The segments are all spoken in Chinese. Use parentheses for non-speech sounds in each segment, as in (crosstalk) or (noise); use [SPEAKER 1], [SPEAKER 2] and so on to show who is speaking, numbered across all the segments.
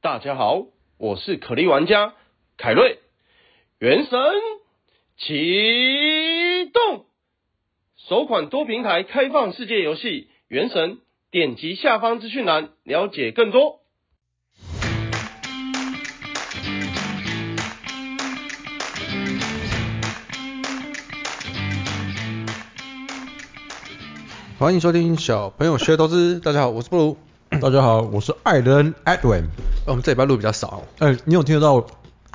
[SPEAKER 1] 大家好，我是可莉玩家凯瑞。原神启动，首款多平台开放世界游戏《原神》，点击下方资讯栏了解更多。
[SPEAKER 2] 欢迎收听小朋友学投资，大家好，我是布鲁。
[SPEAKER 3] 大家好，我是艾伦 Edwin。
[SPEAKER 2] 呃我们这礼拜录比较少哦，
[SPEAKER 3] 哎、你有听得到我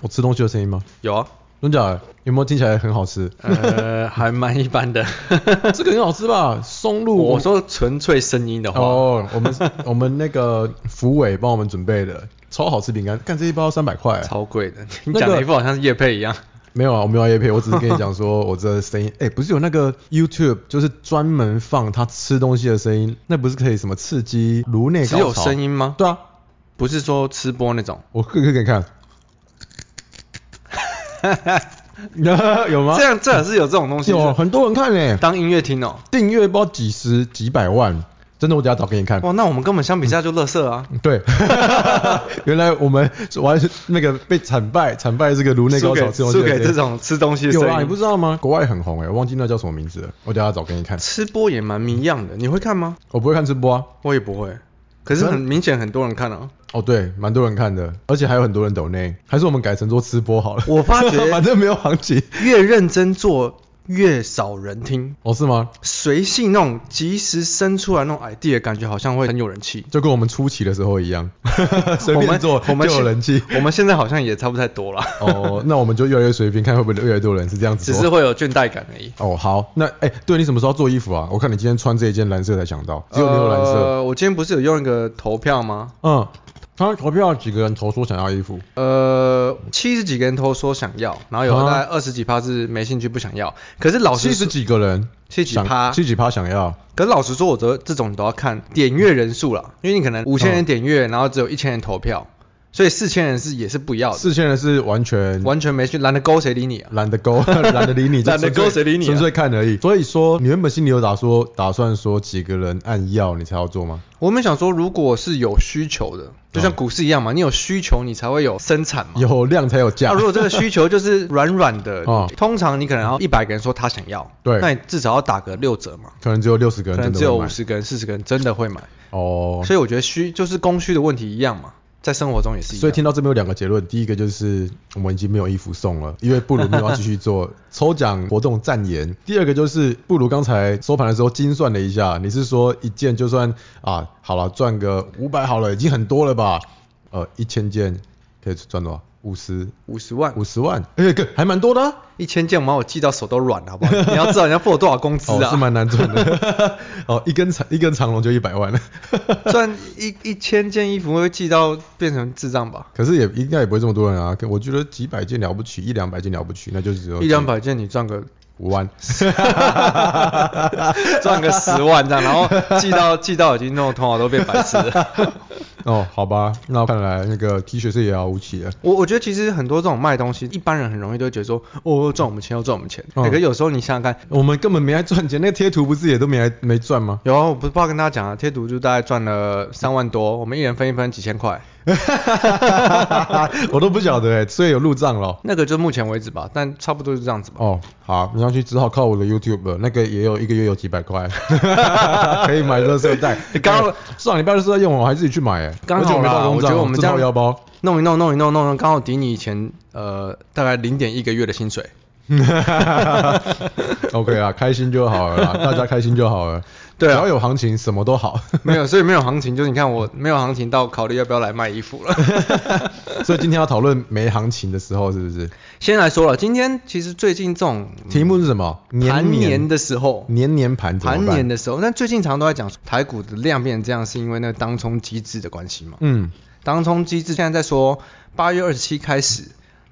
[SPEAKER 3] 吃东西的声音吗？
[SPEAKER 2] 有啊，
[SPEAKER 3] 真假的？有没有听起来很好吃？
[SPEAKER 2] (laughs) 呃，还蛮一般 (laughs) 的。
[SPEAKER 3] (laughs) 这个很好吃吧？松露。
[SPEAKER 2] 我说纯粹声音的话，
[SPEAKER 3] 哦，我们我们那个福伟帮我们准备的超好吃饼干，看这一包三百块。
[SPEAKER 2] 超贵的，你
[SPEAKER 3] 那个
[SPEAKER 2] 讲的一副好像是叶配一样。
[SPEAKER 3] 没有啊，我没有要叶配，我只是跟你讲说我这
[SPEAKER 2] (laughs)
[SPEAKER 3] 声音，哎、不是有那个 YouTube 就是专门放他吃东西的声音，那不是可以什么刺激颅内高潮？
[SPEAKER 2] 只有声？音吗？
[SPEAKER 3] 对啊，
[SPEAKER 2] 不是说吃播那种。
[SPEAKER 3] 我可以给你
[SPEAKER 2] (laughs)
[SPEAKER 3] 看。 (laughs) 有吗
[SPEAKER 2] 这？样这样是啊有这啊种东西，
[SPEAKER 3] 有
[SPEAKER 2] 是
[SPEAKER 3] 很多人看呢、
[SPEAKER 2] 当音乐听哦。
[SPEAKER 3] 订阅包几十几百万，真的，我等一下找给你看。
[SPEAKER 2] 哇，那我们根本相比下就乐色啊。 (laughs)
[SPEAKER 3] 对，原来我们我还是那个被惨败，惨败这个颅内
[SPEAKER 2] 输
[SPEAKER 3] 高
[SPEAKER 2] 给
[SPEAKER 3] 潮
[SPEAKER 2] 输给这种吃东西的
[SPEAKER 3] 有
[SPEAKER 2] 声
[SPEAKER 3] 啊，你
[SPEAKER 2] 音，
[SPEAKER 3] 不知道吗？国外很红哎、我忘记那叫什么名字了，我等一下找给你看。
[SPEAKER 2] 吃播也蛮迷样的。你会看吗？
[SPEAKER 3] 我不会看直播啊，
[SPEAKER 2] 我也不会，可是很明显很多人看啊。
[SPEAKER 3] 哦对，蛮多人看的，而且还有很多人抖内，还是我们改成做吃播好了。
[SPEAKER 2] 我发觉
[SPEAKER 3] (laughs) 反正没有行情。
[SPEAKER 2] 越认真做越少人听，
[SPEAKER 3] 哦，是吗？
[SPEAKER 2] 随性那种及时生出来那种 idea，感觉好像会很有人气。
[SPEAKER 3] 就跟我们初期的时候一样， (laughs) 随便做
[SPEAKER 2] 我们
[SPEAKER 3] 就有人
[SPEAKER 2] (laughs)
[SPEAKER 3] 气。
[SPEAKER 2] 我们现在好像也差不太多了，
[SPEAKER 3] 哦，那我们就越来越随便，看会不会越来越多人是这样子
[SPEAKER 2] 只
[SPEAKER 3] 做。
[SPEAKER 2] 是会有倦怠感而已。
[SPEAKER 3] 哦，好，那哎、对你什么时候要做衣服啊？我看你今天穿这一件蓝色才想到，只有你有蓝色。
[SPEAKER 2] 呃，我今天不是有用一个投票吗？
[SPEAKER 3] 嗯，他投票几个人投说想要衣服？
[SPEAKER 2] 呃，七十几个人都说想要，然后有
[SPEAKER 3] 啊
[SPEAKER 2] 大概二十几趴是没兴趣不想要。可是老
[SPEAKER 3] 七
[SPEAKER 2] 实
[SPEAKER 3] 十
[SPEAKER 2] 说，
[SPEAKER 3] 几个人，
[SPEAKER 2] 七十几趴
[SPEAKER 3] 想七十几趴想要。
[SPEAKER 2] 可是老实说，我这这种都要看点阅人数啦，因为你可能五千人点
[SPEAKER 3] 啊
[SPEAKER 2] 阅，然后只有一千人投票，所以四千人是也是不要的。
[SPEAKER 3] 四千人是完全
[SPEAKER 2] 完全没去，懒得勾谁理你啊？
[SPEAKER 3] 懒得勾，懒得理你，就
[SPEAKER 2] 懒得勾
[SPEAKER 3] 纯粹
[SPEAKER 2] 谁理你啊
[SPEAKER 3] 纯粹看而已。所以说，你原本心里有打说打算说几个人按要你才要做吗？
[SPEAKER 2] 我们想说，如果是有需求的，就像股市一样嘛，你有需求你才会有生产嘛。
[SPEAKER 3] 嗯有量才有价。
[SPEAKER 2] 啊，如果这个需求就是软软的，
[SPEAKER 3] (laughs) 哦
[SPEAKER 2] 通常你可能要一百个人说他想要，
[SPEAKER 3] 对
[SPEAKER 2] 那你至少要打个六折嘛，
[SPEAKER 3] 可能只有六十
[SPEAKER 2] 可
[SPEAKER 3] 个人真
[SPEAKER 2] 能
[SPEAKER 3] 的
[SPEAKER 2] 只有
[SPEAKER 3] 会
[SPEAKER 2] 五
[SPEAKER 3] 买。
[SPEAKER 2] 十个人、四十个人真的会买。
[SPEAKER 3] 哦，
[SPEAKER 2] 所以我觉得需就是供需的问题一样嘛，在生活中也是一样。
[SPEAKER 3] 所以听到这边有两个结论，第一个就是我们已经没有衣服送了，因为布鲁没有要继续做抽奖活动
[SPEAKER 2] (laughs)
[SPEAKER 3] 赞言。第二个就是布鲁刚才收盘的时候精算了一下，你是说一件就算啊好了赚个五百好了，已经很多了吧？呃，一千件可以赚多少？五十
[SPEAKER 2] 五十万
[SPEAKER 3] 五十万，哎、个还蛮多的啊、
[SPEAKER 2] 一千件，我把我记到手都软了，
[SPEAKER 3] (laughs)
[SPEAKER 2] 好不好？你要知道人家付我多少工资
[SPEAKER 3] 哦，
[SPEAKER 2] 啊？
[SPEAKER 3] 是
[SPEAKER 2] (laughs)
[SPEAKER 3] 蛮难赚的。 (laughs) 哦，一根长一根长龙就一百万了，
[SPEAKER 2] 赚一一千件衣服会寄到变成智障吧？
[SPEAKER 3] 可是也应该也不会这么多人啊。可我觉得几百件了不起，一两百件了不起，那就只有
[SPEAKER 2] 一两百件你赚个
[SPEAKER 3] 五万。
[SPEAKER 2] (laughs) 赚个十万这样，然后寄到寄到已经弄得头脑都变白痴了。
[SPEAKER 3] (laughs) 哦，好吧，那看来那个 T 恤是遥遥无期了。
[SPEAKER 2] (laughs) 我我觉得其实很多这种卖东西，一般人很容易都会觉得说，哦，赚我们钱要赚我们钱。
[SPEAKER 3] 嗯
[SPEAKER 2] 欸可是有时候你想想看，
[SPEAKER 3] 我们根本没来赚钱，那个贴图不是也都没来没赚吗？ (laughs)
[SPEAKER 2] 有啊我不是不知道跟大家讲啊，贴图就大概赚了三万多，我们一人分一分几千块，
[SPEAKER 3] 我都不晓得哎、所以有入账咯。
[SPEAKER 2] 那个就目前为止吧，但差不多是这样子吧。
[SPEAKER 3] 哦，好，你上去只好靠我的 YouTube 了，那个也有一个月有几百
[SPEAKER 2] (laughs)
[SPEAKER 3] 块，可以买热色袋。
[SPEAKER 2] 你 (laughs) 刚刚
[SPEAKER 3] 上礼拜就是要用完，我还自己去买哎、
[SPEAKER 2] 刚
[SPEAKER 3] 而且
[SPEAKER 2] 好
[SPEAKER 3] 我没
[SPEAKER 2] 啦
[SPEAKER 3] 报公
[SPEAKER 2] 我觉
[SPEAKER 3] 账，
[SPEAKER 2] 得我们
[SPEAKER 3] 自
[SPEAKER 2] 这样
[SPEAKER 3] 掏腰包。
[SPEAKER 2] (laughs) 弄一弄弄一弄弄一弄，刚好抵你以前呃大概零点一个月的薪水。 (laughs)
[SPEAKER 3] OK 啊，开心就好了
[SPEAKER 2] (laughs)
[SPEAKER 3] 啦，大家开心就好了。
[SPEAKER 2] 对啊
[SPEAKER 3] 只要有行情，什么都好。 (laughs)
[SPEAKER 2] 没有，所以没有行情，就是你看我没有行情到考虑要不要来卖衣服了。 (laughs)
[SPEAKER 3] 所以今天要讨论没行情的时候，是不是？
[SPEAKER 2] 先来说了，今天其实最近这种
[SPEAKER 3] 题目是什么？
[SPEAKER 2] 盘年
[SPEAKER 3] 年
[SPEAKER 2] 的时候，
[SPEAKER 3] 年年盘怎么
[SPEAKER 2] 盘
[SPEAKER 3] 办
[SPEAKER 2] 年的时候，那最近常都在讲台股的量变这样，是因为那个当冲机制的关系嘛？
[SPEAKER 3] 嗯，
[SPEAKER 2] 当冲机制现在在说，八月二十七开始，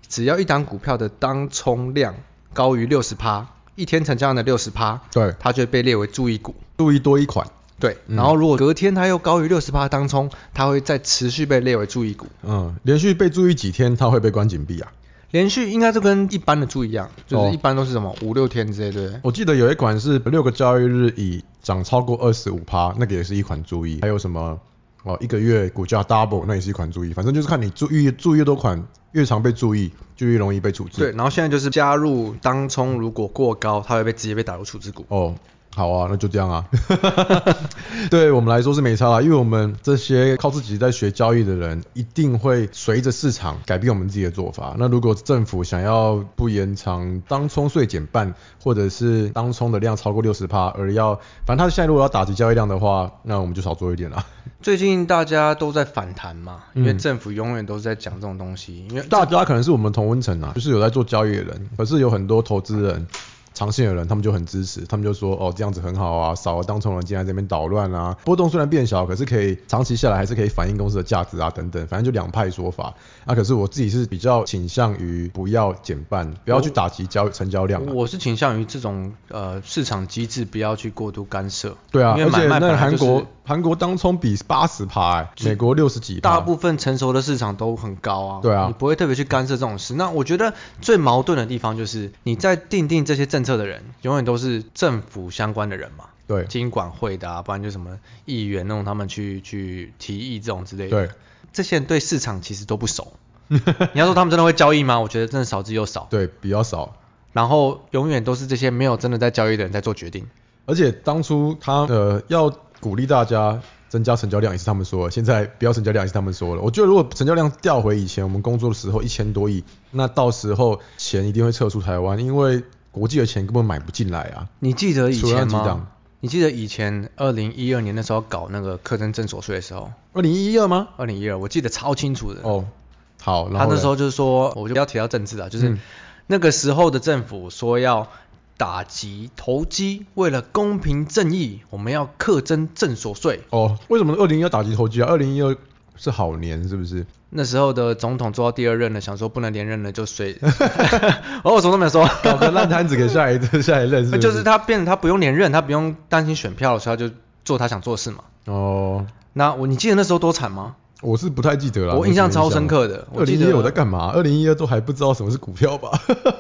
[SPEAKER 2] 只要一档股票的当冲量高于六十趴，一天成交量的六十趴，
[SPEAKER 3] 对，
[SPEAKER 2] 它就会被列为注意股。
[SPEAKER 3] 注意多一款。
[SPEAKER 2] 对，
[SPEAKER 3] 嗯
[SPEAKER 2] 然后如果隔天它又高于六十趴当冲，它会再持续被列为注意股。
[SPEAKER 3] 嗯，连续被注意几天，它会被关禁闭啊。
[SPEAKER 2] 连续应该就跟一般的注意一样，就是
[SPEAKER 3] 哦
[SPEAKER 2] 一般都是什么五六天之类，对不对？
[SPEAKER 3] 我记得有一款是六个交易日以涨超过二十五趴，那个也是一款注意。还有什么哦，一个月股价 double，那也是一款注意，反正就是看你注意注意越多款，越常被注意，就越容易被处置。
[SPEAKER 2] 对，，然后现在就是加入当冲，如果过高，它会被直接被打入处置股。
[SPEAKER 3] 哦，好啊，那就这样啊。 (laughs) 对我们来说是没差啊啦，因为我们这些靠自己在学交易的人，一定会随着市场改变我们自己的做法。那如果政府想要不延长当冲税减半，或者是当冲的量超过六十趴，而要反正他现在如果要打击交易量的话，那我们就少做一点啦。
[SPEAKER 2] 最近大家都在反弹嘛，因为
[SPEAKER 3] 嗯
[SPEAKER 2] 政府永远都是在讲这种东西，因为
[SPEAKER 3] 大家可能是我们同温层啊，就是有在做交易的人，可是有很多投资人。长线的人，他们就很支持，他们就说哦这样子很好啊，少了当冲人进来这边捣乱啊，波动虽然变小，可是可以长期下来还是可以反映公司的价值啊等等，反正就两派说法。啊，可是我自己是比较倾向于不要减半，不要去打击交成交量、啊。
[SPEAKER 2] 我是倾向于这种呃市场机制不要去过度干涉。
[SPEAKER 3] 对啊，
[SPEAKER 2] 因为
[SPEAKER 3] 而且
[SPEAKER 2] 买卖本
[SPEAKER 3] 那
[SPEAKER 2] 来
[SPEAKER 3] 韩
[SPEAKER 2] 就是
[SPEAKER 3] 国韩国当冲比八十趴，欸美国六十几趴，
[SPEAKER 2] 大部分成熟的市场都很高啊，
[SPEAKER 3] 对啊
[SPEAKER 2] 你不会特别去干涉这种事。那我觉得最矛盾的地方就是你在定定这些政策的人，永远都是政府相关的人嘛，
[SPEAKER 3] 对
[SPEAKER 2] 经管会的啊，不然就什么议员弄他们去去提议这种之类的。
[SPEAKER 3] 对，
[SPEAKER 2] 这些人对市场其实都不熟。 (laughs) 你要说他们真的会交易吗？我觉得真的少之又少。
[SPEAKER 3] 对比较少。
[SPEAKER 2] 然后永远都是这些没有真的在交易的人在做决定。
[SPEAKER 3] 而且当初他呃要鼓励大家增加成交量也是他们说的，现在不要成交量也是他们说的。我觉得如果成交量调回以前我们工作的时候一千多亿，那到时候钱一定会撤出台湾，因为国际的钱根本买不进来啊。
[SPEAKER 2] 你记得以
[SPEAKER 3] 除了
[SPEAKER 2] 前
[SPEAKER 3] 那几档
[SPEAKER 2] 吗？你记得以前二零一二年那时候搞那个课征证所税的时候，
[SPEAKER 3] 二零一二吗？
[SPEAKER 2] 二零一二我记得超清楚的。
[SPEAKER 3] 哦，好，然
[SPEAKER 2] 他
[SPEAKER 3] 后
[SPEAKER 2] 那
[SPEAKER 3] 嘞
[SPEAKER 2] 时候就是说，我就不要提到政治了，啊就是
[SPEAKER 3] 嗯
[SPEAKER 2] 那个时候的政府说要打击投机，为了公平正义，我们要课征正所税。
[SPEAKER 3] 哦，为什么二零一二打击投机啊？二零一二是好年是不是？ (laughs)
[SPEAKER 2] 那时候的总统做到第二任了，想说不能连任了就
[SPEAKER 3] (laughs)
[SPEAKER 2] 随， (laughs) 哦，我什么都没有说，
[SPEAKER 3] 搞个烂摊子给下一下一任是不是？
[SPEAKER 2] 就是他变得他不用连任，他不用担心选票的时候，他就做他想做的事嘛。
[SPEAKER 3] 哦。
[SPEAKER 2] 那我你记得那时候多惨吗？
[SPEAKER 3] 我是不太记得了，
[SPEAKER 2] 我印象超深刻的
[SPEAKER 3] 二
[SPEAKER 2] 我
[SPEAKER 3] 零
[SPEAKER 2] 记
[SPEAKER 3] 一
[SPEAKER 2] 得
[SPEAKER 3] 二我在干嘛？二零一二都还不知道什么是股票吧？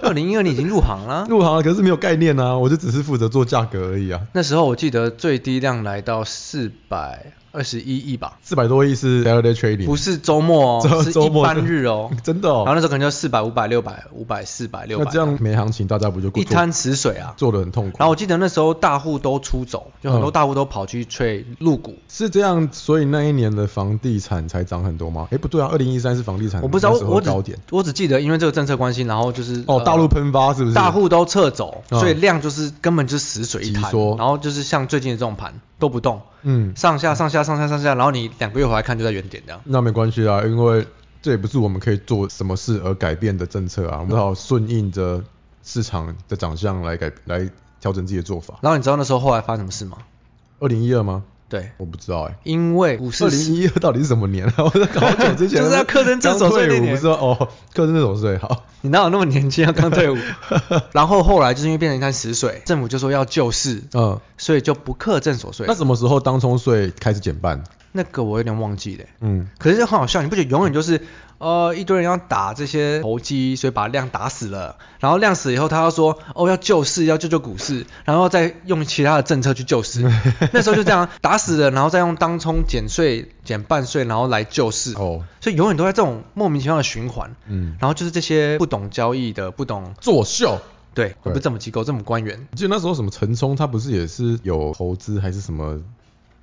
[SPEAKER 2] 二零一二年已经入行了。
[SPEAKER 3] (laughs) 入行了，可是没有概念啊，我就只是负责做价格而已啊。
[SPEAKER 2] 那时候我记得最低量来到四百二十一亿吧，
[SPEAKER 3] 四百多亿是 day to day trading，
[SPEAKER 2] 不是周末
[SPEAKER 3] (laughs) 周
[SPEAKER 2] 哦，是
[SPEAKER 3] 周
[SPEAKER 2] 一
[SPEAKER 3] 末的。
[SPEAKER 2] 般日哦
[SPEAKER 3] (laughs) 真的
[SPEAKER 2] 然后
[SPEAKER 3] 哦。
[SPEAKER 2] 那时候可能就四百、五百、六百、五百、四百、六
[SPEAKER 3] 那
[SPEAKER 2] 百，
[SPEAKER 3] 这样没行情，大家不就
[SPEAKER 2] 一
[SPEAKER 3] 做
[SPEAKER 2] 滩死水啊。
[SPEAKER 3] 做的很痛苦？
[SPEAKER 2] 然后我记得那时候大户都出走，就很多
[SPEAKER 3] 嗯
[SPEAKER 2] 大户都跑去吹入股。
[SPEAKER 3] 是这样，所以那一年的房地产才涨很多吗？诶，不对啊，二零一三是房地产
[SPEAKER 2] 我不知道，
[SPEAKER 3] 那时候
[SPEAKER 2] 我只
[SPEAKER 3] 高点
[SPEAKER 2] 我只记得因为这个政策关系，然后就是
[SPEAKER 3] 哦，
[SPEAKER 2] 呃
[SPEAKER 3] 大陆喷发是不是？
[SPEAKER 2] 大户都撤走，
[SPEAKER 3] 嗯
[SPEAKER 2] 所以量就是根本就是死水一
[SPEAKER 3] 急
[SPEAKER 2] 潭
[SPEAKER 3] 缩，
[SPEAKER 2] 然后就是像最近的这种盘都不动，
[SPEAKER 3] 嗯，
[SPEAKER 2] 上下上下上下上下，然后你两个月回来看就在原点这样。
[SPEAKER 3] 那没关系啊，因为这也不是我们可以做什么事而改变的政策啊，我们只好顺应着市场的长相来改来调整自己的做法。
[SPEAKER 2] 然后你知道那时候后来发生什么事吗？
[SPEAKER 3] 二零一二吗？
[SPEAKER 2] 对，
[SPEAKER 3] 我不知道诶。
[SPEAKER 2] 因为股市
[SPEAKER 3] 二零一二到底是什么年啊？ (laughs) 我在好久之
[SPEAKER 2] (laughs)
[SPEAKER 3] 前
[SPEAKER 2] 就是要课征
[SPEAKER 3] 刚
[SPEAKER 2] 正所税那
[SPEAKER 3] 退伍
[SPEAKER 2] 年
[SPEAKER 3] 不是吗哦，课征正所税好，
[SPEAKER 2] 你哪有那么年轻啊，刚退
[SPEAKER 3] (laughs)
[SPEAKER 2] 伍？然后后来就是因为变成一滩死水，政府就说要救市，
[SPEAKER 3] 嗯，
[SPEAKER 2] 所以就不课正所税
[SPEAKER 3] 那。什么时候当冲税开始减半？
[SPEAKER 2] 那个我有点忘记了欸。
[SPEAKER 3] 嗯，
[SPEAKER 2] 可是这很好笑，你不觉得永远就是呃一堆人要打这些投机，所以把量打死了，然后量死以后他要说哦要救市，要救救股市，然后再用其他的政策去救
[SPEAKER 3] (laughs)
[SPEAKER 2] 市。那时候就这样啊打死了，然后再用当冲减税、减半税，然后来救市。
[SPEAKER 3] 哦，
[SPEAKER 2] 所以永远都在这种莫名其妙的循环。
[SPEAKER 3] 嗯，
[SPEAKER 2] 然后就是这些不懂交易的、不懂
[SPEAKER 3] 作秀。
[SPEAKER 2] 对，
[SPEAKER 3] 对
[SPEAKER 2] 不是政府机构、政府官员，
[SPEAKER 3] 我记得那时候什么陈冲，他不是也是有投资还是什么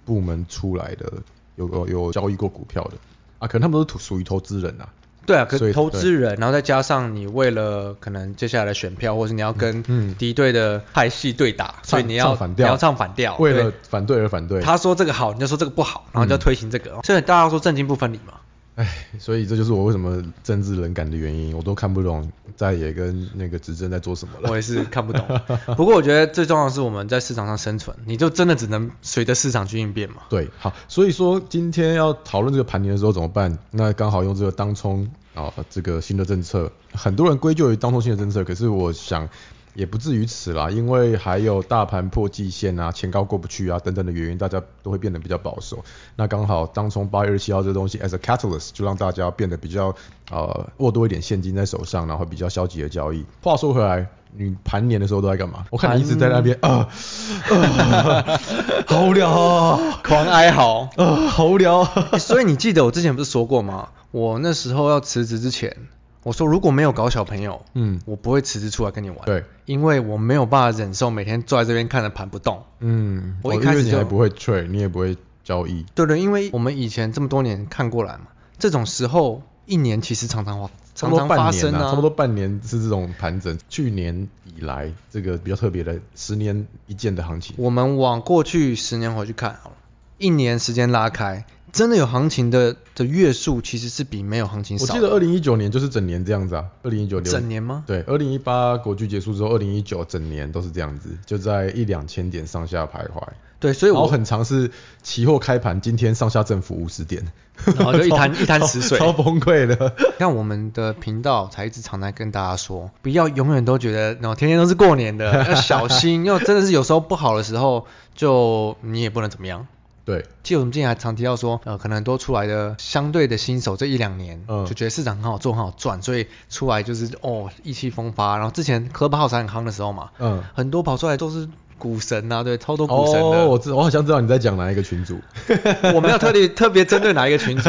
[SPEAKER 3] 部门出来的，有有有交易过股票的啊？可能他们都是属于投资人啊。
[SPEAKER 2] 对啊，可
[SPEAKER 3] 所以
[SPEAKER 2] 是投资人，然后再加上你为了可能接下来的选票，或是你要
[SPEAKER 3] 嗯嗯
[SPEAKER 2] 跟敌对的派系对打，所以你要
[SPEAKER 3] 唱反
[SPEAKER 2] 你
[SPEAKER 3] 调
[SPEAKER 2] 要唱反调，
[SPEAKER 3] 为了
[SPEAKER 2] 对
[SPEAKER 3] 反对而反对。嗯
[SPEAKER 2] 他说这个好，你就说这个不好，然后你就推行这个，所以大家说政经不分离嘛。
[SPEAKER 3] 唉，所以这就是我为什么政治冷感的原因，我都看不懂在野跟那个执政在做什么了。
[SPEAKER 2] 我也是看不懂，不过我觉得最重要的是我们在市场上生存，你就真的只能随着市场去应变嘛。
[SPEAKER 3] 对，好，所以说今天要讨论这个盘年的时候怎么办？那刚好用这个当冲啊、这个新的政策，很多人归咎于当冲新的政策，可是我想也不至于此啦，因为还有大盘破季线啊、前高过不去啊等等的原因，大家都会变得比较保守。那刚好当冲八月二十七号这东西 as a catalyst，就让大家变得比较呃握多一点现金在手上，然后比较消极的交易。话说回来，你盘年的时候都在干嘛？我看你一直在那边啊啊，好无聊啊
[SPEAKER 2] 狂哀
[SPEAKER 3] (laughs)
[SPEAKER 2] 嚎。
[SPEAKER 3] 啊，好无聊啊。
[SPEAKER 2] 欸所以你记得我之前不是说过吗？我那时候要辞职之前，我说如果没有搞小朋友，
[SPEAKER 3] 嗯
[SPEAKER 2] 我不会辞职出来跟你玩。
[SPEAKER 3] 对，
[SPEAKER 2] 因为我没有办法忍受每天坐在这边看着盘不动。
[SPEAKER 3] 嗯，
[SPEAKER 2] 我一
[SPEAKER 3] 哦
[SPEAKER 2] 开始
[SPEAKER 3] 因为你
[SPEAKER 2] 就
[SPEAKER 3] 还不会 trade，你也不会交易，
[SPEAKER 2] 对对，因为我们以前这么多年看过来嘛，这种时候一年其实常常发
[SPEAKER 3] 差
[SPEAKER 2] 常
[SPEAKER 3] 不多
[SPEAKER 2] 常发
[SPEAKER 3] 半年
[SPEAKER 2] 生
[SPEAKER 3] 啊
[SPEAKER 2] 啊，
[SPEAKER 3] 差不多半年是这种盘整。去年以来，这个比较特别的十年一见的行情，
[SPEAKER 2] 我们往过去十年回去看好了，一年时间拉开，真的有行情的的月数其实是比没有行情
[SPEAKER 3] 我
[SPEAKER 2] 少的。
[SPEAKER 3] 记得二零一九年就是整年这样子啊，二零一九
[SPEAKER 2] 整年吗
[SPEAKER 3] 对，二零一八国剧结束之后，二零一九整年都是这样子，就在一两千点上下徘徊。
[SPEAKER 2] 对，所以
[SPEAKER 3] 然
[SPEAKER 2] 我
[SPEAKER 3] 后很常是期货开盘，今天上下振幅五十点，
[SPEAKER 2] (laughs) 然哦后就一滩一滩死水。
[SPEAKER 3] (laughs) 超崩溃的。
[SPEAKER 2] (laughs) 像我们的频道才一直常在跟大家说，不要永远都觉得，然后天天都是过年的，
[SPEAKER 3] (laughs)
[SPEAKER 2] 要小心。要真的是有时候不好的时候，就你也不能怎么样。
[SPEAKER 3] 对，
[SPEAKER 2] 记得我们之前还常提到说，呃，可能很多出来的相对的新手这一两年，
[SPEAKER 3] 嗯
[SPEAKER 2] 就觉得市场很好做、很好赚，所以出来就是哦意气风发。然后之前 Clubhouse 很夯的时候嘛，
[SPEAKER 3] 嗯。
[SPEAKER 2] 很多跑出来都是股神啊，对，超多股神的。
[SPEAKER 3] 哦，我知，我好像知道你在讲哪一个群组。
[SPEAKER 2] (laughs) 我没有特地特别针对哪一个群 (laughs) 组，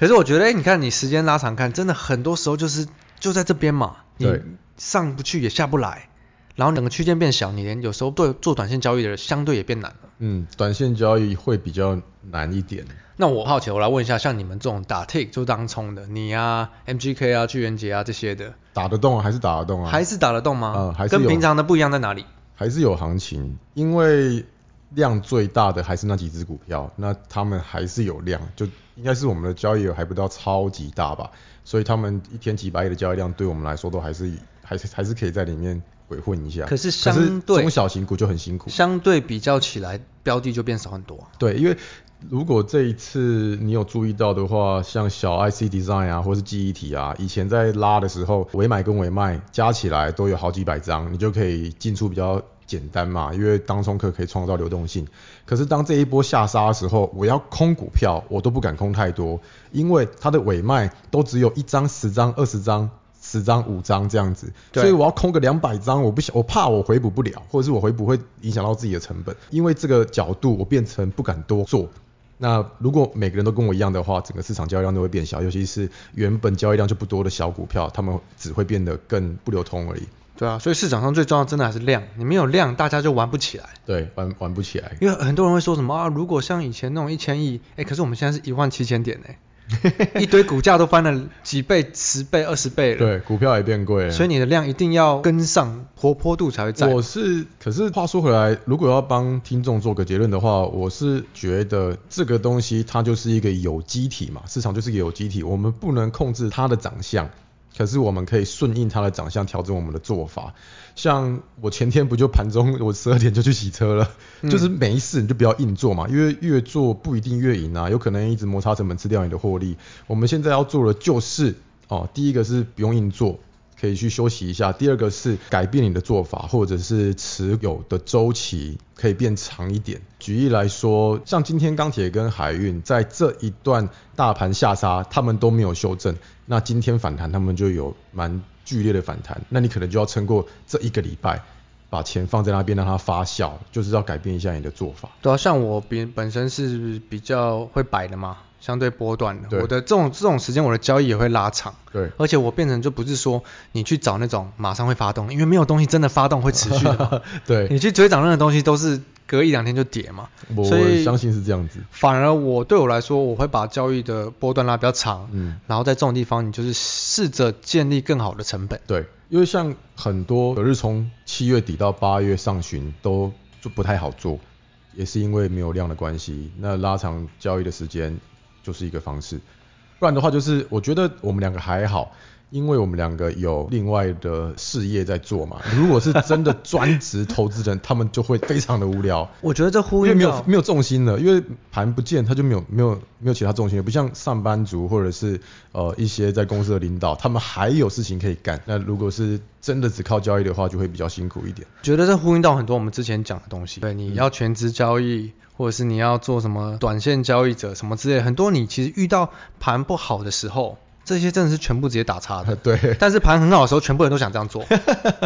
[SPEAKER 2] 可是我觉得，哎、你看你时间拉长看，真的很多时候就是就在这边嘛，你
[SPEAKER 3] 对
[SPEAKER 2] 上不去也下不来，然后整个区间变小，你连有时候对做短线交易的人相对也变难了。
[SPEAKER 3] 嗯，短线交易会比较难一点。
[SPEAKER 2] 那我好奇，我来问一下，像你们这种打 tick 就当冲的，你啊、MGK 啊、巨源节啊这些的，
[SPEAKER 3] 打得动啊，还是打得动啊？
[SPEAKER 2] 啊还是打得动吗？
[SPEAKER 3] 嗯还是有
[SPEAKER 2] 跟平常的不一样在哪里？
[SPEAKER 3] 还是有行情，因为量最大的还是那几只股票，那他们还是有量，就应该是我们的交易额还不到超级大吧，所以他们一天几百亿的交易量，对我们来说都还是还是还是可以在里面鬼混一下。
[SPEAKER 2] 可是相对
[SPEAKER 3] 可是中小型股就很辛苦。
[SPEAKER 2] 相对比较起来，标的就变少很多。
[SPEAKER 3] 对，因为如果这一次你有注意到的话，像小 IC Design 啊，或是记忆体啊，以前在拉的时候，尾买跟尾卖加起来都有好几百张，你就可以进出比较简单嘛，因为当冲客可以创造流动性。可是当这一波下杀的时候，我要空股票，我都不敢空太多，因为它的尾卖都只有一张、十张、二十张。十张五张这样子，
[SPEAKER 2] 对
[SPEAKER 3] 所以我要空个两百张，我不想，我怕我回补不了，或者是我回补会影响到自己的成本，因为这个角度我变成不敢多做。那如果每个人都跟我一样的话，整个市场交易量都会变小，尤其是原本交易量就不多的小股票，他们只会变得更不流通而已。
[SPEAKER 2] 对啊，所以市场上最重要的真的还是量，你没有量，大家就玩不起来。
[SPEAKER 3] 对，玩玩不起来。
[SPEAKER 2] 因为很多人会说什么啊，如果像以前那种一千亿，哎、可是我们现在是一万七千点哎、 (laughs) 一堆股价都翻了几倍、十倍、二十倍了。
[SPEAKER 3] 对，股票也变贵了。
[SPEAKER 2] 所以你的量一定要跟上，活泼度才会在。
[SPEAKER 3] 我是，可是话说回来，如果要帮听众做个结论的话，我是觉得这个东西它就是一个有机体嘛，市场就是一个有机体，我们不能控制它的长相，可是我们可以顺应它的长相调整我们的做法。像我前天不就盘中我十二点就去洗车了，
[SPEAKER 2] 嗯
[SPEAKER 3] 就是没事你就不要硬做嘛，因为越做不一定越赢啊，有可能一直摩擦成本吃掉你的获利。我们现在要做的就是哦，第一个是不用硬做，可以去休息一下。第二个是改变你的做法，或者是持有的周期可以变长一点。举例来说，像今天钢铁跟海运在这一段大盘下杀，他们都没有修正，那今天反弹他们就有蛮剧烈的反弹，那你可能就要撑过这一个礼拜，把钱放在那边让它发酵，就是要改变一下你的做法。
[SPEAKER 2] 对啊，像我比本身是比较会摆的嘛，相对波段的，
[SPEAKER 3] 对
[SPEAKER 2] 我的这种这种时间我的交易也会拉长。
[SPEAKER 3] 对
[SPEAKER 2] 而且我变成就不是说你去找那种马上会发动，因为没有东西真的发动会持续的嘛。
[SPEAKER 3] (laughs) 对，
[SPEAKER 2] 你去追涨那个东西都是隔一两天就跌嘛，
[SPEAKER 3] 我
[SPEAKER 2] 所以
[SPEAKER 3] 我相信是这样子。
[SPEAKER 2] 反而我对我来说，我会把交易的波段拉比较长，
[SPEAKER 3] 嗯
[SPEAKER 2] 然后在这种地方，你就是试着建立更好的成本。
[SPEAKER 3] 对，因为像很多隔日冲，七月底到八月上旬都就不太好做，也是因为没有量的关系。那拉长交易的时间就是一个方式，不然的话就是我觉得我们两个还好。因为我们两个有另外的事业在做嘛，如果是真的专职投资人，他们就会非常的无聊。
[SPEAKER 2] 我觉得这
[SPEAKER 3] 因
[SPEAKER 2] 呼
[SPEAKER 3] 为
[SPEAKER 2] 应
[SPEAKER 3] 没
[SPEAKER 2] 到
[SPEAKER 3] 有没有重心了，因为盘不见，他就没有没有没有其他重心了，不像上班族或者是呃一些在公司的领导，他们还有事情可以干。那如果是真的只靠交易的话，就会比较辛苦一点。
[SPEAKER 2] 觉得这呼应到很多我们之前讲的东西。对，你要全职交易，或者是你要做什么短线交易者什么之类的，很多你其实遇到盘不好的时候，这些真的是全部直接打叉 (laughs) 的。
[SPEAKER 3] 对
[SPEAKER 2] 但是盘很好的时候，全部人都想这样 (laughs) 做。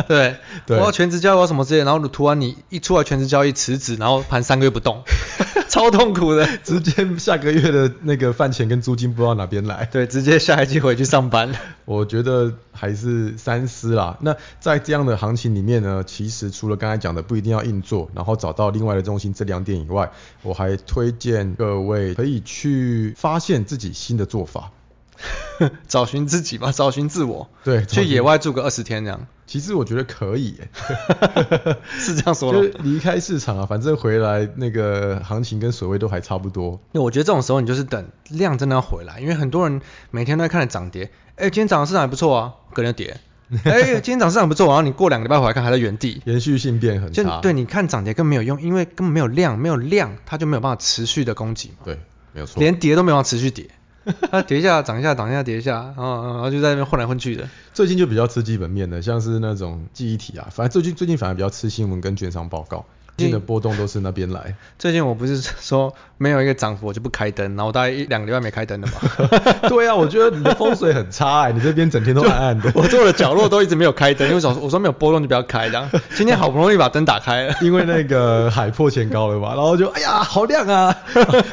[SPEAKER 2] 对，
[SPEAKER 3] 对
[SPEAKER 2] 我要全职交易，我要什么之类的，然后突然你一出来全职交易辞职，然后盘三个月不 (laughs) 动，超痛苦的。
[SPEAKER 3] (laughs) 直接下个月的那个饭钱跟租金不知道哪边来。
[SPEAKER 2] (laughs) 对，直接下一季回去上班。
[SPEAKER 3] 我觉得还是三思啦。那在这样的行情里面呢，其实除了刚才讲的不一定要硬做，然后找到另外的中心这两点以外，我还推荐各位可以去发现自己新的做法。
[SPEAKER 2] (laughs) 找寻自己吧，找寻自我。
[SPEAKER 3] 对找
[SPEAKER 2] 去
[SPEAKER 3] 寻
[SPEAKER 2] 野外住个二十天这样，
[SPEAKER 3] 其实我觉得可以、欸，
[SPEAKER 2] (laughs) 是这样说
[SPEAKER 3] 就
[SPEAKER 2] 的
[SPEAKER 3] 是
[SPEAKER 2] 吗。
[SPEAKER 3] 离开市场啊，反正回来那个行情跟水位都还差不多。
[SPEAKER 2] 那我觉得这种时候你就是等量真的要回来，因为很多人每天都在看着涨跌，哎、今天涨的市场还不错啊，隔天就 (laughs) 跌。哎、今天涨市场不错，然后你过两个礼拜回来看还在原地，
[SPEAKER 3] 延续性变很
[SPEAKER 2] 就
[SPEAKER 3] 差。
[SPEAKER 2] 对，你看涨跌更没有用，因为根本没有量，没有量它就没有办法持续的供给嘛，
[SPEAKER 3] 对，没有错。
[SPEAKER 2] 连跌都没有办法持续 (laughs) 跌，它跌一下涨一下涨一下跌一下，然后然后就在那边混来混去的。
[SPEAKER 3] 最近就比较吃基本面的，像是那种记忆体啊，反正最近最近反而比较吃新闻跟券商报告，最近的波动都是那边来。
[SPEAKER 2] (laughs) 最近我不是说没有一个涨幅我就不开灯，然后我大概一两个礼拜没开灯了嘛，。
[SPEAKER 3] 对啊，我觉得你的风水很差哎、你这边整天都暗暗
[SPEAKER 2] (laughs)
[SPEAKER 3] 的
[SPEAKER 2] 我坐的角落都一直没有开灯，因为我想说我说没有波动就不要开，这样今天好不容易把灯打开了，
[SPEAKER 3] 因为那个海破前高了嘛，然后就哎呀，好
[SPEAKER 2] (laughs)
[SPEAKER 3] 亮啊，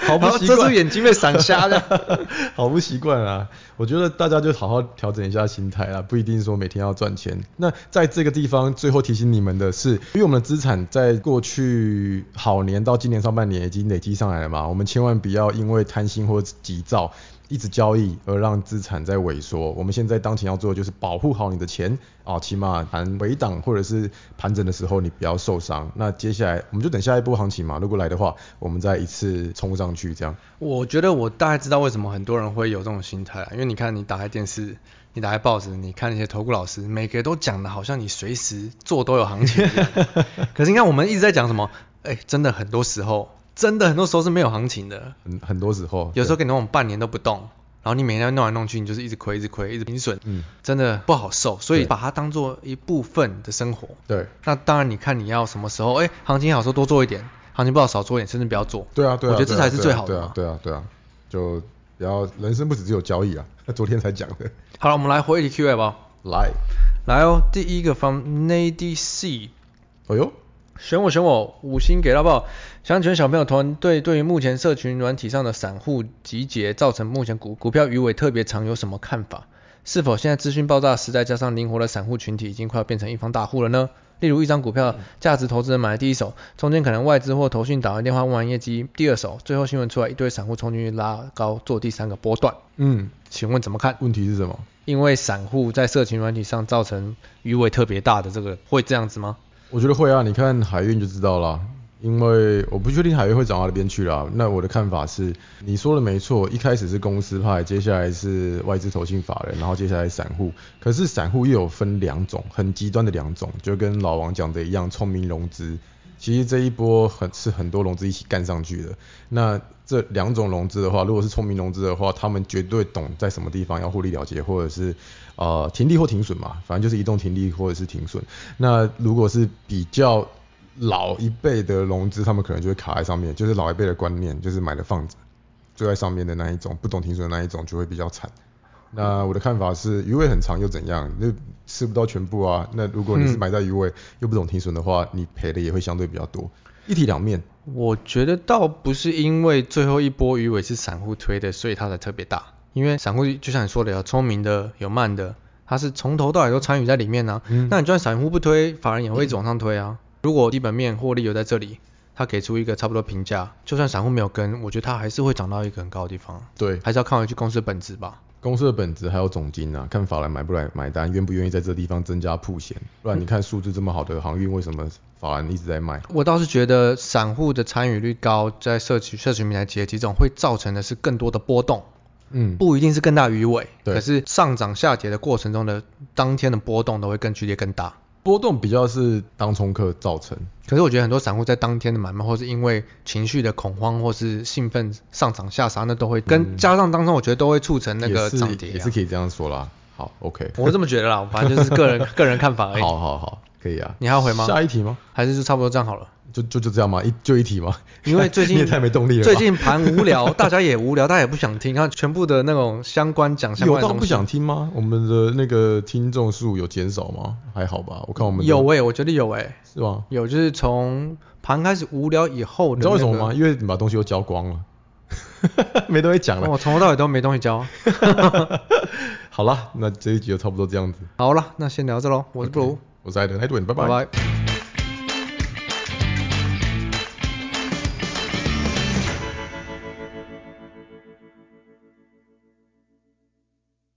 [SPEAKER 3] 好不
[SPEAKER 2] 然后
[SPEAKER 3] 习
[SPEAKER 2] 遮住
[SPEAKER 3] 惯，
[SPEAKER 2] 眼睛被闪瞎的。
[SPEAKER 3] (laughs) 好不习惯啊！我觉得大家就好好调整一下心态啦，不一定说每天要赚钱。那在这个地方，最后提醒你们的是，因为我们的资产在过去好年到今年上半年已经累积上来了嘛，我们千万不要因为贪心或急躁。一直交易而让资产在萎缩，我们现在当前要做的就是保护好你的钱啊，起码盘回档或者是盘整的时候你不要受伤。那接下来我们就等下一波行情嘛，如果来的话，我们再一次冲上去这样。
[SPEAKER 2] (laughs) 我觉得我大概知道为什么很多人会有这种心态啊，因为你看你打开电视，你打开报纸，你看那些投顾老师，每个都讲的好像你随时做都有行情一样。 (laughs) 可是你看我们一直在讲什么？哎，真的很多时候，真的很多时候是没有行情的。
[SPEAKER 3] 很很多时候，
[SPEAKER 2] 有时候
[SPEAKER 3] 对
[SPEAKER 2] 给你弄半年都不动，然后你每天弄来弄去，你就是一直亏，一直亏，一直平损，
[SPEAKER 3] 嗯
[SPEAKER 2] 真的不好受。所以
[SPEAKER 3] 对
[SPEAKER 2] 把它当做一部分的生活。
[SPEAKER 3] 对
[SPEAKER 2] 那当然，你看你要什么时候，哎、行情好的时候多做一点，行情不好少做一点，甚至不要做。
[SPEAKER 3] 对啊对啊，
[SPEAKER 2] 我觉得这
[SPEAKER 3] 对啊
[SPEAKER 2] 才是最好的
[SPEAKER 3] 对
[SPEAKER 2] 嘛。
[SPEAKER 3] 啊对啊对啊，就然后人生不止只有交易啊， (laughs) 昨天才讲的，
[SPEAKER 2] 好了，我们来回一题 Q&A 好不好？
[SPEAKER 3] 来，
[SPEAKER 2] 来哦，第一个 from Nady C，
[SPEAKER 3] 哎呦，
[SPEAKER 2] 选我选我，五星给到爆。想请问小朋友团队对于目前社群软体上的散户集结造成目前股股票鱼尾特别长有什么看法？是否现在资讯爆炸时代加上灵活的散户群体已经快要变成一方大户了呢？例如一张股票，价值投资人买了第一手，中间可能外资或投信打完电话问完业绩，第二手，最后新闻出来一堆散户冲进去拉高做第三个波段，
[SPEAKER 3] 嗯，
[SPEAKER 2] 请问怎么看？
[SPEAKER 3] 问题是什么？
[SPEAKER 2] 因为散户在社群软体上造成鱼尾特别大的这个会这样子吗？
[SPEAKER 3] 我觉得会啊，你看海运就知道啦。因为我不确定海运会涨到哪边去啦。那我的看法是，你说的没错，一开始是公司派，接下来是外资投信法人，然后接下来散户。可是散户又有分两种，很极端的两种，就跟老王讲的一样，聪明融资。其实这一波很是很多融资一起干上去的。那这两种融资的话，如果是聪明融资的话，他们绝对懂在什么地方要获利了结，或者是呃停利或停损嘛，反正就是移动停利或者是停损。那如果是比较老一辈的融资，他们可能就会卡在上面，就是老一辈的观念，就是买了放着，就在上面的那一种，不懂停损的那一种就会比较惨。那我的看法是，鱼尾很长又怎样？那吃不到全部啊。那如果你是
[SPEAKER 2] 嗯
[SPEAKER 3] 买在鱼尾、又不懂停损的话，你赔的也会相对比较多，一体两面。
[SPEAKER 2] 我觉得倒不是因为最后一波鱼尾是散户推的，所以它才特别大。因为散户就像你说的，有聪明的，有慢的，它是从头到尾都参与在里面呢、啊
[SPEAKER 3] 嗯
[SPEAKER 2] 那你就算散户不推，法人也会一直往上推啊。如果基本面获利有在这里，它给出一个差不多评价，就算散户没有跟，我觉得它还是会涨到一个很高的地方，
[SPEAKER 3] 对，
[SPEAKER 2] 还是要看回去公司的本质吧。
[SPEAKER 3] 公司的本质还有总金啊，看法兰买不来买单，愿不愿意在这地方增加铺险。不然你看数字这么好的航运，为什么法兰一直在卖？
[SPEAKER 2] 我倒是觉得散户的参与率高，在社区社群平台集结这种会造成的是更多的波动。
[SPEAKER 3] 嗯，
[SPEAKER 2] 不一定是更大鱼尾，
[SPEAKER 3] 对
[SPEAKER 2] 可是上涨下跌的过程中的当天的波动都会更剧烈、更大。
[SPEAKER 3] 波动比较是当冲客造成。
[SPEAKER 2] 可是我觉得很多散户在当天的买卖，或是因为情绪的恐慌，或是兴奋上涨下杀，那都会跟、加上当中，我觉得都会促成那个
[SPEAKER 3] 嗯也是
[SPEAKER 2] 涨跌、
[SPEAKER 3] 也
[SPEAKER 2] 啊
[SPEAKER 3] 是。可以这样说啦。好，OK，
[SPEAKER 2] (laughs) 我是这么觉得啦，我反正就是个人个人看法而已。
[SPEAKER 3] 好好好，可以啊。
[SPEAKER 2] 哎你还要回吗
[SPEAKER 3] 下一题吗？
[SPEAKER 2] 还是就差不多这样好了。
[SPEAKER 3] 就就就这样嘛，一就一题嘛。
[SPEAKER 2] 因为最近
[SPEAKER 3] (laughs) 你也太没动力了吧。
[SPEAKER 2] (laughs) 最近盘无聊，大家也无聊，大家也不想听，然后全部的那种相关讲相
[SPEAKER 3] 有
[SPEAKER 2] 关的
[SPEAKER 3] 到
[SPEAKER 2] 东西。
[SPEAKER 3] 不想听吗？我们的那个听众数有减少吗？还好吧，我看我们的
[SPEAKER 2] 有哎、我觉得有哎、
[SPEAKER 3] 是吧？
[SPEAKER 2] 有就是从盘开始无聊以后的、
[SPEAKER 3] 你知道为什么吗？？因为你把东西都交光了， (laughs) 没东西讲了。
[SPEAKER 2] 我哦从头到尾都没东西教。
[SPEAKER 3] (laughs) 好了，那这一集就差不多这样子。
[SPEAKER 2] 好了，那先聊这喽，我是布鲁，
[SPEAKER 3] 我是艾德，太多人，拜
[SPEAKER 2] 拜拜。